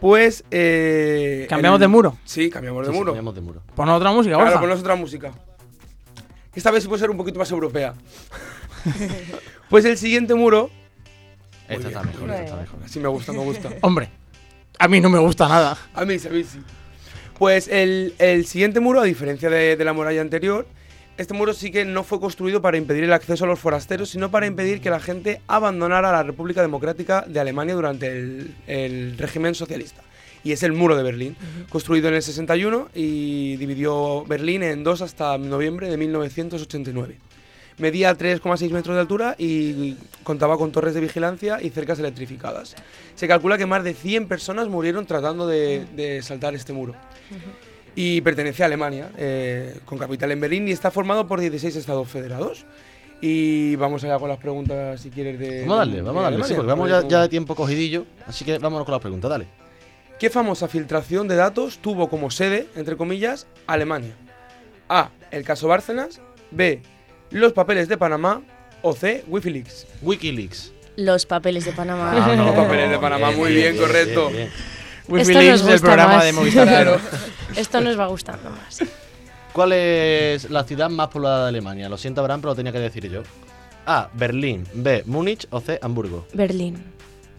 Speaker 3: Pues. Eh,
Speaker 6: ¿Cambiamos
Speaker 3: el-
Speaker 6: de muro?
Speaker 3: Sí, cambiamos
Speaker 1: Sí,
Speaker 3: de
Speaker 1: sí,
Speaker 3: muro.
Speaker 1: cambiamos de muro.
Speaker 6: Pon otra música,
Speaker 3: Claro,
Speaker 6: Borja.
Speaker 3: ponemos otra música. Esta vez sí puede ser un poquito más europea. pues el siguiente muro.
Speaker 1: Esta está mejor, esta está mejor.
Speaker 3: Así me gusta, me gusta.
Speaker 6: Hombre, a mí no me gusta nada.
Speaker 3: A mí, sí, a mí sí. Pues el, el siguiente muro, a diferencia de, de la muralla anterior, este muro sí que no fue construido para impedir el acceso a los forasteros, sino para impedir que la gente abandonara la República Democrática de Alemania durante el, el régimen socialista. Y es el muro de Berlín, construido en el 61 y dividió Berlín en dos hasta noviembre de 1989. Medía 3,6 metros de altura y contaba con torres de vigilancia y cercas electrificadas. Se calcula que más de 100 personas murieron tratando de, de saltar este muro. Y pertenece a Alemania, eh, con capital en Berlín, y está formado por 16 estados federados. Y vamos allá con las preguntas, si quieres, de...
Speaker 1: Vamos a darle,
Speaker 3: de
Speaker 1: vamos a darle, sí,
Speaker 3: Alemania.
Speaker 1: porque vamos ya, ya de tiempo cogidillo. Así que vámonos con las preguntas, dale.
Speaker 3: ¿Qué famosa filtración de datos tuvo como sede, entre comillas, Alemania? A. El caso Bárcenas. B. Los papeles de Panamá. O C. Wikileaks.
Speaker 1: Wikileaks.
Speaker 4: Los papeles de Panamá.
Speaker 3: Ah,
Speaker 1: Ah,
Speaker 3: Los papeles de Panamá, muy bien, correcto.
Speaker 1: bien, bien.
Speaker 6: Wikileaks
Speaker 8: nos
Speaker 6: del
Speaker 8: gusta
Speaker 6: programa
Speaker 8: más.
Speaker 6: de Movistar.
Speaker 8: [LAUGHS]
Speaker 3: Claro.
Speaker 8: Esto nos va gustando más.
Speaker 1: ¿Cuál es la ciudad más poblada de Alemania? Lo siento, Abraham, pero lo tenía que decir yo. A. Berlín. B. Múnich. O C. Hamburgo.
Speaker 8: Berlín.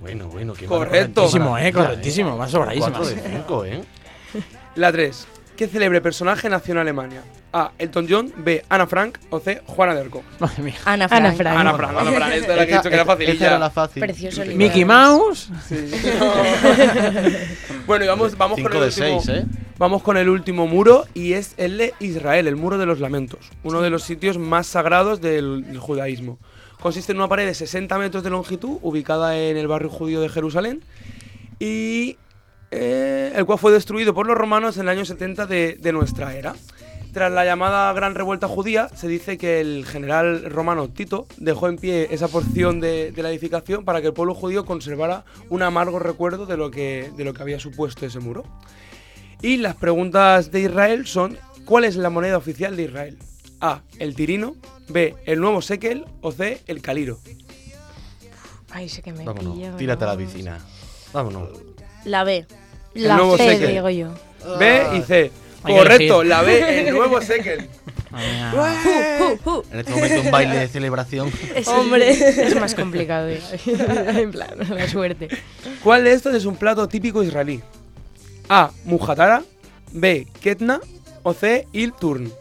Speaker 1: Bueno, bueno, qué
Speaker 3: Correcto.
Speaker 6: Correctísimo, eh,
Speaker 1: correctísimo.
Speaker 6: correctísimo. Va sobradísimo.
Speaker 1: 4 de 5, ¿eh?
Speaker 3: La 3. ¿Qué célebre personaje nació en Alemania? A. Elton John. B. Ana Frank. O C. Juana de Arco.
Speaker 6: Madre mía.
Speaker 4: Ana Frank.
Speaker 8: Ana Frank.
Speaker 3: Ana Frank, Ana Frank. Esta es la que he
Speaker 1: Esta-
Speaker 3: dicho que era
Speaker 1: esta- Esta era la
Speaker 3: facililla.
Speaker 1: fácil.
Speaker 8: Precioso libro.
Speaker 6: Mickey Mouse.
Speaker 3: Sí. [LAUGHS] bueno, y vamos, vamos con
Speaker 1: 5
Speaker 3: el
Speaker 1: de
Speaker 3: último.
Speaker 1: 6, ¿eh?
Speaker 3: Vamos con el último muro y es el de Israel, el Muro de los Lamentos, uno de los sitios más sagrados del, del judaísmo. Consiste en una pared de 60 metros de longitud ubicada en el barrio judío de Jerusalén y eh, el cual fue destruido por los romanos en el año 70 de, de nuestra era. Tras la llamada Gran Revuelta Judía, se dice que el general romano Tito dejó en pie esa porción de, de la edificación para que el pueblo judío conservara un amargo recuerdo de lo que, de lo que había supuesto ese muro. Y las preguntas de Israel son: ¿Cuál es la moneda oficial de Israel? A. El tirino. B. El nuevo sekel. O C. El caliro.
Speaker 8: Ay, sé que me pillo,
Speaker 1: Vámonos. Tírate a la
Speaker 8: ¿no?
Speaker 1: piscina. Vámonos.
Speaker 4: La B.
Speaker 8: La
Speaker 3: nuevo
Speaker 8: fe,
Speaker 3: Sekel.
Speaker 8: digo yo.
Speaker 3: B y C.
Speaker 6: Ah. Hay que
Speaker 3: Correcto,
Speaker 6: elegir. Uh,
Speaker 3: la
Speaker 6: [LAUGHS]
Speaker 3: B, el nuevo sekel.
Speaker 6: Madre mía.
Speaker 1: En este momento un baile de celebración.
Speaker 8: Hombre. Es más complicado. digo. [LAUGHS] en plan, la suerte.
Speaker 3: ¿Cuál de estos es un plato típico israelí? A. Mujatara. B. Ketna. O C. Il turn.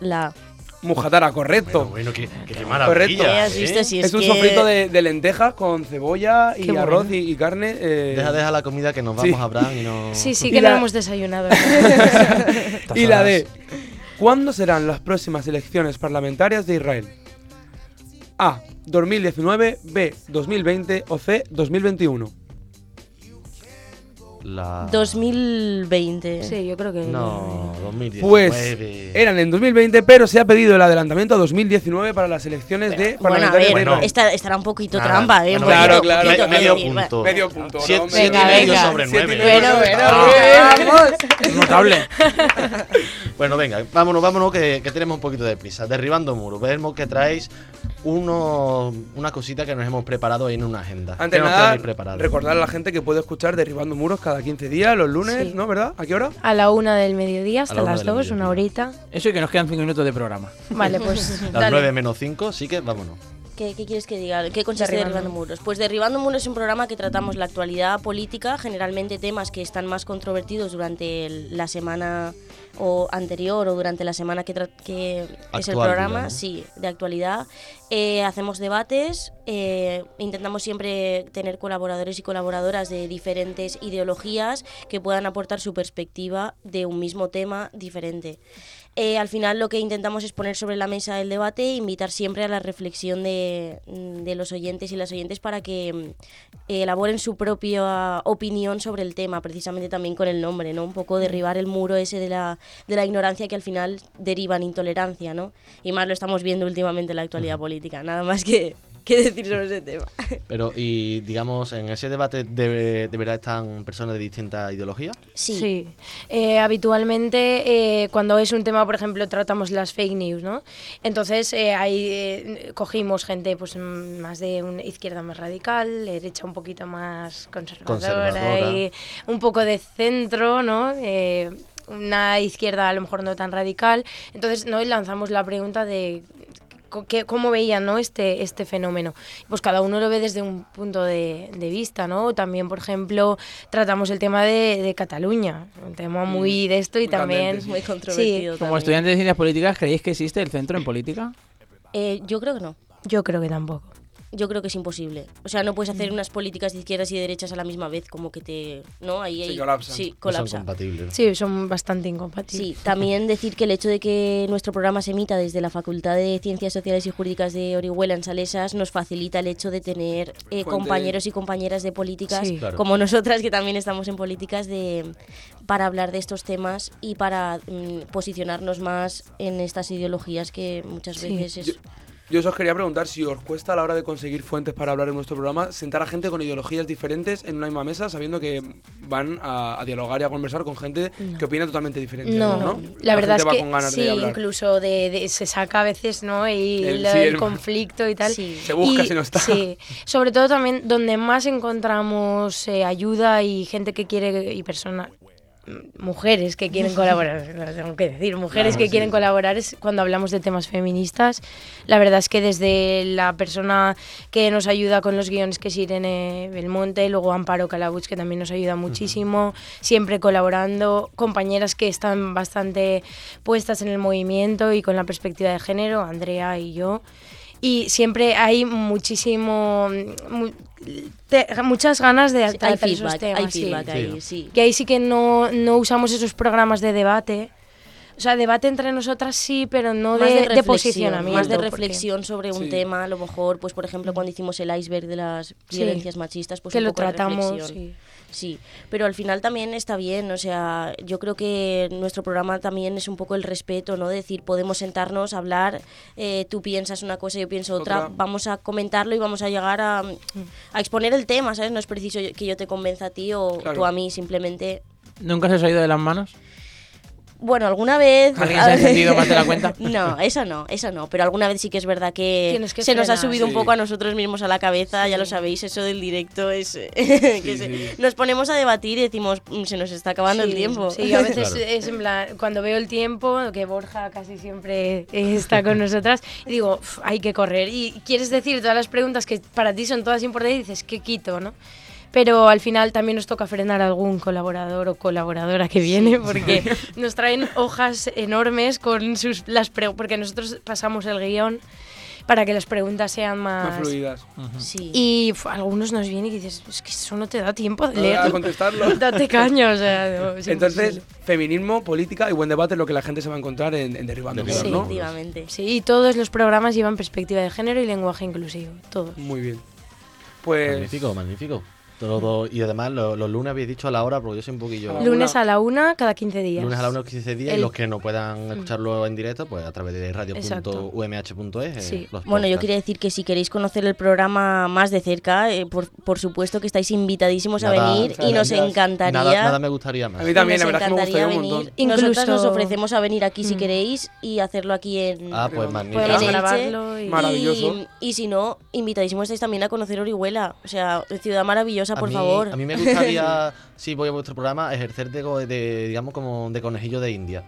Speaker 4: La A.
Speaker 3: Mujatara, correcto.
Speaker 1: Bueno, bueno, qué, qué maravilla.
Speaker 3: Correcto.
Speaker 4: ¿Qué has
Speaker 1: ¿eh?
Speaker 4: visto? Si es,
Speaker 3: es un
Speaker 4: que-
Speaker 3: sofrito de, de lentejas con cebolla y
Speaker 8: Qué
Speaker 3: arroz
Speaker 8: bueno.
Speaker 3: y, y carne. eh,
Speaker 1: Deja, deja la comida que nos
Speaker 3: Sí.
Speaker 1: vamos a hablar y no.
Speaker 8: Sí, sí,
Speaker 3: Y
Speaker 8: que
Speaker 3: la-
Speaker 8: no hemos desayunado.
Speaker 6: Estas
Speaker 3: Y la
Speaker 6: horas.
Speaker 3: D. ¿Cuándo serán las próximas elecciones parlamentarias de Israel? A. 2019, B. 2020 o C. 2021.
Speaker 1: La...
Speaker 4: 2020.
Speaker 8: sí, yo creo que.
Speaker 1: No, 2019.
Speaker 3: Pues eran en 2020, pero se ha pedido el adelantamiento a 2019 para las elecciones de
Speaker 4: Bueno, a ver,
Speaker 3: parlamentarias de Israel.
Speaker 4: esta- estará un poquito
Speaker 1: Nada,
Speaker 4: trampa, ¿eh?
Speaker 1: bueno,
Speaker 4: Un poquito,
Speaker 3: claro,
Speaker 4: un
Speaker 3: claro,
Speaker 4: poquito,
Speaker 3: me-
Speaker 1: medio
Speaker 4: quiero decir,
Speaker 1: punto.
Speaker 3: Medio punto.
Speaker 1: Siete,
Speaker 3: ¿no?
Speaker 1: siete
Speaker 8: Venga,
Speaker 1: y medio
Speaker 8: venga.
Speaker 1: sobre
Speaker 3: Siete y
Speaker 1: nueve.
Speaker 3: medio
Speaker 4: Bueno,
Speaker 3: sobre-
Speaker 4: bueno,
Speaker 3: Ah.
Speaker 6: Notable.
Speaker 1: Bueno, venga, vámonos, vámonos, que, que tenemos un poquito de prisa. Derribando muros, vemos que traéis uno, una cosita que nos hemos preparado ahí en una agenda.
Speaker 3: Antes
Speaker 1: ¿Qué
Speaker 3: de
Speaker 1: nos
Speaker 3: nada,
Speaker 1: tenéis preparado?
Speaker 3: recordar a la gente que puede escuchar Derribando Muros cada 15 días, los lunes,
Speaker 8: Sí.
Speaker 3: ¿no? ¿Verdad? ¿A qué hora?
Speaker 8: A la una del
Speaker 1: A
Speaker 8: mediodía
Speaker 1: la
Speaker 8: hasta
Speaker 1: una
Speaker 8: las
Speaker 1: del
Speaker 8: dos,
Speaker 1: mediodía. [LAUGHS]
Speaker 8: una horita.
Speaker 6: Eso y que nos quedan 5 minutos de programa.
Speaker 8: Vale, pues.
Speaker 1: Las
Speaker 8: dale.
Speaker 1: 9 menos 5, sí que vámonos.
Speaker 4: ¿Qué, qué quieres que diga? ¿Qué consiste
Speaker 8: Derribando.
Speaker 4: Derribando. Muros? Pues Derribando Muros es un programa que tratamos la actualidad política, generalmente temas que están más controvertidos durante el- la semana o anterior o durante la semana que, tra- que es el
Speaker 1: Actual,
Speaker 4: programa,
Speaker 1: digamos.
Speaker 4: sí, de actualidad. Eh, hacemos debates, eh, intentamos siempre tener colaboradores y colaboradoras de diferentes ideologías que puedan aportar su perspectiva de un mismo tema diferente. eh, al final lo que intentamos es poner sobre la mesa el debate e invitar siempre a la reflexión de, mm, de los oyentes y las oyentes para que mm, elaboren su propia opinión sobre el tema, precisamente también con el nombre, ¿no? Un poco derribar el muro ese de la, de la ignorancia que al final deriva en intolerancia, ¿no? Y más lo estamos viendo últimamente en la actualidad política, nada más que, [LAUGHS] que decir sobre ese tema.
Speaker 1: Pero, y digamos, en ese debate de, de verdad están personas de distintas ideologías.
Speaker 4: Sí.
Speaker 8: Eh, habitualmente, eh, cuando es un tema, por ejemplo, tratamos las fake news, ¿no? Entonces, eh, ahí eh, cogimos gente pues mm, más de una izquierda más radical, derecha un poquito más conservadora,
Speaker 1: Conservadora.
Speaker 8: y un poco de centro, ¿no? Eh, una izquierda a lo mejor no tan radical. Entonces, ¿no? Y lanzamos la pregunta de co- qué- cómo veían ¿no? este, este fenómeno. Pues cada uno lo ve desde un punto de, de vista, ¿no? También, por ejemplo, tratamos el tema de, de Cataluña, un tema muy de esto y
Speaker 3: Mm, muy
Speaker 8: también...
Speaker 3: candente, sí.
Speaker 4: Muy controvertido.
Speaker 6: Como
Speaker 4: también.
Speaker 6: estudiantes de ciencias políticas, ¿creéis que existe el centro en política?
Speaker 4: Eh, yo creo que no.
Speaker 8: Yo creo que tampoco.
Speaker 4: Yo creo que es imposible. O sea, no puedes hacer unas políticas de izquierdas y de derechas a la misma vez, como que te. ¿No? Ahí,
Speaker 3: Sí,
Speaker 4: ahí-
Speaker 3: colapsan.
Speaker 4: Sí,
Speaker 1: No son
Speaker 4: colapsa.
Speaker 1: compatibles.
Speaker 8: Sí, son bastante incompatibles.
Speaker 4: Sí, también decir que el hecho de que nuestro programa se emita desde la Facultad de Ciencias Sociales y Jurídicas de Orihuela en Salesas nos facilita el hecho de tener eh,
Speaker 3: Fuente.
Speaker 4: compañeros y compañeras de políticas
Speaker 8: Sí.
Speaker 1: Claro.
Speaker 4: como nosotras que también estamos en políticas de para hablar de estos temas y para mm, posicionarnos más en estas ideologías que muchas
Speaker 8: Sí.
Speaker 4: veces es
Speaker 3: Yo- Yo os quería preguntar si os cuesta a la hora de conseguir fuentes para hablar en nuestro programa sentar a gente con ideologías diferentes en una misma mesa sabiendo que van a, a dialogar y a conversar con gente que opina totalmente diferente.
Speaker 8: No,
Speaker 3: ¿no?
Speaker 8: la verdad
Speaker 3: gente
Speaker 8: es
Speaker 3: va
Speaker 8: que
Speaker 3: con ganas
Speaker 8: sí,
Speaker 3: de hablar.
Speaker 8: incluso de, de- se saca a veces, ¿no? Y
Speaker 3: El-
Speaker 8: lo-
Speaker 3: sí,
Speaker 8: el
Speaker 3: el-
Speaker 8: conflicto y tal.
Speaker 4: Sí.
Speaker 3: Se busca
Speaker 8: Y-
Speaker 3: si no está.
Speaker 8: Sí, sobre todo también donde más encontramos eh, ayuda y gente que quiere y personas mujeres
Speaker 3: [LAUGHS]
Speaker 8: que quieren colaborar, lo tengo que decir, mujeres que quieren colaborar es cuando hablamos de temas feministas. La verdad es que desde la persona que nos ayuda con los guiones, que es Irene Belmonte, luego Amparo Calabuch, que también nos ayuda muchísimo, siempre colaborando, compañeras que están bastante puestas en el movimiento y con la perspectiva de género, Andrea y yo. Y siempre hay muchísimo, mm, mu- te- muchas ganas de
Speaker 4: Sí, hay
Speaker 8: tratar esos
Speaker 4: feedback,
Speaker 8: temas,
Speaker 4: hay
Speaker 8: sí.
Speaker 4: feedback ahí, sí.
Speaker 8: Que ahí sí que no, no usamos esos programas de debate. O sea, debate entre nosotras sí, pero no
Speaker 4: Más
Speaker 8: de, de
Speaker 4: reflexión,
Speaker 8: posicionamiento.
Speaker 4: Más de
Speaker 8: porque-
Speaker 4: reflexión sobre un
Speaker 3: Sí.
Speaker 4: tema, a lo mejor, pues por ejemplo, cuando hicimos el iceberg de las
Speaker 8: Sí.
Speaker 4: violencias machistas, pues
Speaker 8: que
Speaker 4: un
Speaker 8: lo
Speaker 4: poco de
Speaker 8: tratamos.
Speaker 4: reflexión.
Speaker 8: sí.
Speaker 4: Sí, pero al final también está bien, o sea, yo creo que nuestro programa también es un poco el respeto, ¿no? Decir, podemos sentarnos, hablar, eh, tú piensas una cosa, yo pienso otra,
Speaker 3: Otra.
Speaker 4: vamos a comentarlo y vamos a llegar a, a exponer el tema, ¿sabes? No es preciso yo- que yo te convenza a ti o
Speaker 3: Claro.
Speaker 4: tú a mí, simplemente...
Speaker 6: ¿Nunca se os ha ido de las manos?
Speaker 4: Bueno, alguna vez...
Speaker 6: ¿Alguien
Speaker 4: [LAUGHS]
Speaker 6: se ha encendido más de la cuenta?
Speaker 4: No, esa no, esa no, pero alguna vez sí que es verdad que,
Speaker 8: Tienes que
Speaker 4: se nos ha
Speaker 8: frenar.
Speaker 4: subido un
Speaker 3: Sí.
Speaker 4: poco a nosotros mismos a la cabeza, ya lo sabéis, eso del directo es... [LAUGHS] que
Speaker 3: Sí,
Speaker 4: se-
Speaker 3: sí.
Speaker 4: Nos ponemos a debatir y decimos, "Mm, se nos está acabando el
Speaker 8: Sí,
Speaker 4: tiempo.
Speaker 8: Sí,
Speaker 4: [LAUGHS]
Speaker 8: a veces
Speaker 1: Claro.
Speaker 8: es en plan, cuando veo el tiempo, que Borja casi siempre eh, está con nosotras, y digo, "Uf, hay que correr. Y quieres decir todas las preguntas que para ti son todas importantes y dices, ¿qué quito, no? Pero al final también nos toca frenar a algún colaborador o colaboradora que viene porque nos traen hojas enormes con sus las pre- porque nosotros pasamos el guión para que las preguntas sean
Speaker 3: Más
Speaker 8: más
Speaker 3: fluidas.
Speaker 4: Sí.
Speaker 8: y uf, algunos nos vienen y dices es que eso no te da tiempo de
Speaker 3: A
Speaker 8: leer [LAUGHS]
Speaker 3: contestarlo.
Speaker 8: date caño o sea no, es
Speaker 3: Entonces,
Speaker 8: imposible.
Speaker 3: feminismo, política y buen debate es lo que la gente se va a encontrar en, en Derribando Muros,
Speaker 8: Sí.
Speaker 3: ¿no?
Speaker 4: Efectivamente.
Speaker 8: Sí, y todos los programas llevan perspectiva de género y lenguaje inclusivo, todos.
Speaker 3: Muy bien. Pues
Speaker 1: Magnífico, magnífico. Todo- y además, lo- los lunes habéis dicho a la hora, porque yo soy un poquillo.
Speaker 3: A la
Speaker 8: Lunes a la una cada 15 días.
Speaker 1: Lunes a la 1 15 días, y
Speaker 8: El-
Speaker 1: los que no puedan escucharlo en directo, pues a través de radio.umh.es.
Speaker 8: Sí.
Speaker 1: eh, los
Speaker 4: Bueno, yo
Speaker 1: podcasts.
Speaker 4: quería decir que si queréis conocer el programa más de cerca, eh, por, por supuesto que estáis invitadísimos a
Speaker 1: Nada-
Speaker 4: venir y
Speaker 3: muchas
Speaker 4: nos
Speaker 3: gracias.
Speaker 4: encantaría.
Speaker 1: Nada, nada me gustaría más.
Speaker 3: a mí también, la
Speaker 4: nos
Speaker 3: verdad es que me gustaría
Speaker 4: encantaría
Speaker 3: un
Speaker 4: venir.
Speaker 3: montón.
Speaker 4: Nosotras nos
Speaker 8: Incluso- Mm.
Speaker 4: ofrecemos a venir aquí si queréis y hacerlo aquí en,
Speaker 1: Ah, pues
Speaker 3: Podemos
Speaker 1: magnífico.
Speaker 4: en
Speaker 8: Podemos
Speaker 4: Elche.
Speaker 8: grabarlo y...
Speaker 3: Maravilloso.
Speaker 4: Y, y si no, invitadísimos estáis también a conocer Orihuela. O sea, ciudad maravillosa,
Speaker 8: Ah,
Speaker 1: A
Speaker 4: por
Speaker 1: mí-
Speaker 4: favor.
Speaker 1: A mí me
Speaker 8: [LAUGHS]
Speaker 1: gustaría, si voy a vuestro programa, ejercer de, co- de, digamos, como de conejillo de India.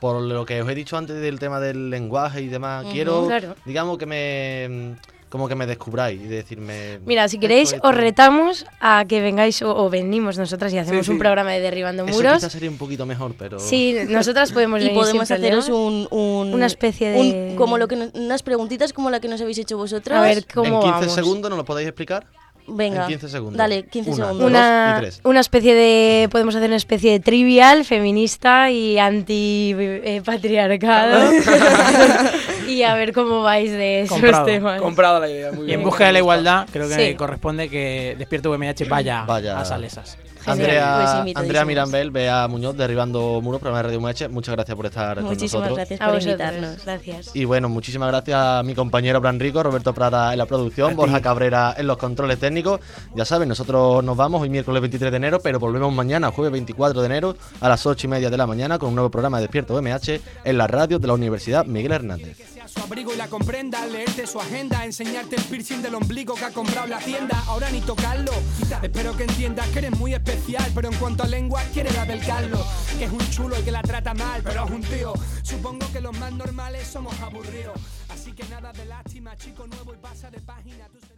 Speaker 1: Por lo que os he dicho antes del tema del lenguaje y demás, quiero,
Speaker 8: claro.
Speaker 1: digamos, que me. Como que me descubráis y decirme.
Speaker 8: Mira, si
Speaker 1: esto,
Speaker 8: queréis,
Speaker 1: esto.
Speaker 8: os retamos a que vengáis o, o venimos nosotras y hacemos
Speaker 3: sí.
Speaker 8: un programa de Derribando
Speaker 1: Eso
Speaker 8: Muros.
Speaker 1: quizás sería un poquito mejor, pero.
Speaker 8: Sí, nosotras podemos
Speaker 4: y
Speaker 8: venir sin
Speaker 4: podemos haceros
Speaker 8: problema.
Speaker 4: un, un-
Speaker 8: Una especie de-
Speaker 4: un- como lo que nos- unas preguntitas como la que nos habéis hecho vosotras.
Speaker 8: A ver
Speaker 1: En
Speaker 8: cómo
Speaker 1: 15
Speaker 8: vamos.
Speaker 1: segundos, ¿nos lo podéis explicar?
Speaker 4: Venga.
Speaker 1: En 15 segundos.
Speaker 4: Dale, 15
Speaker 1: Una,
Speaker 4: segundos.
Speaker 1: dos
Speaker 8: Una,
Speaker 1: y tres.
Speaker 8: una especie de. Podemos hacer una especie de trivial feminista y anti-patriarcado.
Speaker 3: [LAUGHS]
Speaker 8: [LAUGHS] y a ver cómo vais de esos
Speaker 6: Comprado.
Speaker 8: temas.
Speaker 3: Comprada la
Speaker 8: [LAUGHS]
Speaker 3: idea, muy
Speaker 6: Y en
Speaker 3: bien.
Speaker 6: busca de la igualdad, creo que
Speaker 8: Sí.
Speaker 6: corresponde que Despierta VMH vaya,
Speaker 1: Vaya.
Speaker 6: a Salesas.
Speaker 4: Genial, pues
Speaker 1: Andrea,
Speaker 4: invitadísimos.
Speaker 1: Andrea Mirambel, Bea Muñoz, Derribando Muros, programa de Radio UMH. Muchas gracias por estar con
Speaker 4: Muchísimas
Speaker 1: nosotros.
Speaker 4: gracias
Speaker 8: A
Speaker 4: por
Speaker 8: vosotros.
Speaker 4: invitarnos.
Speaker 8: Gracias.
Speaker 1: Y bueno, muchísimas gracias a mi compañero Bran Rico, Roberto Prada en la producción, Borja Cabrera en los controles técnicos. Ya saben, nosotros nos vamos hoy miércoles 23 de enero, pero volvemos mañana, jueves 24 de enero, a las 8 y media de la mañana, con un nuevo programa de Despierto MH en la radio de la Universidad Miguel Hernández.
Speaker 5: sea su abrigo y la comprenda, leerte su agenda, enseñarte el piercing del ombligo que ha comprado la tienda, ahora ni tocarlo. Espero que entiendas que eres muy especial, pero en cuanto a lengua, quiere la del Carlos, que es un chulo y que la trata mal, pero es un tío. Supongo que los más normales somos aburridos, así que nada de lástima, chico nuevo y pasa de página. tú serás-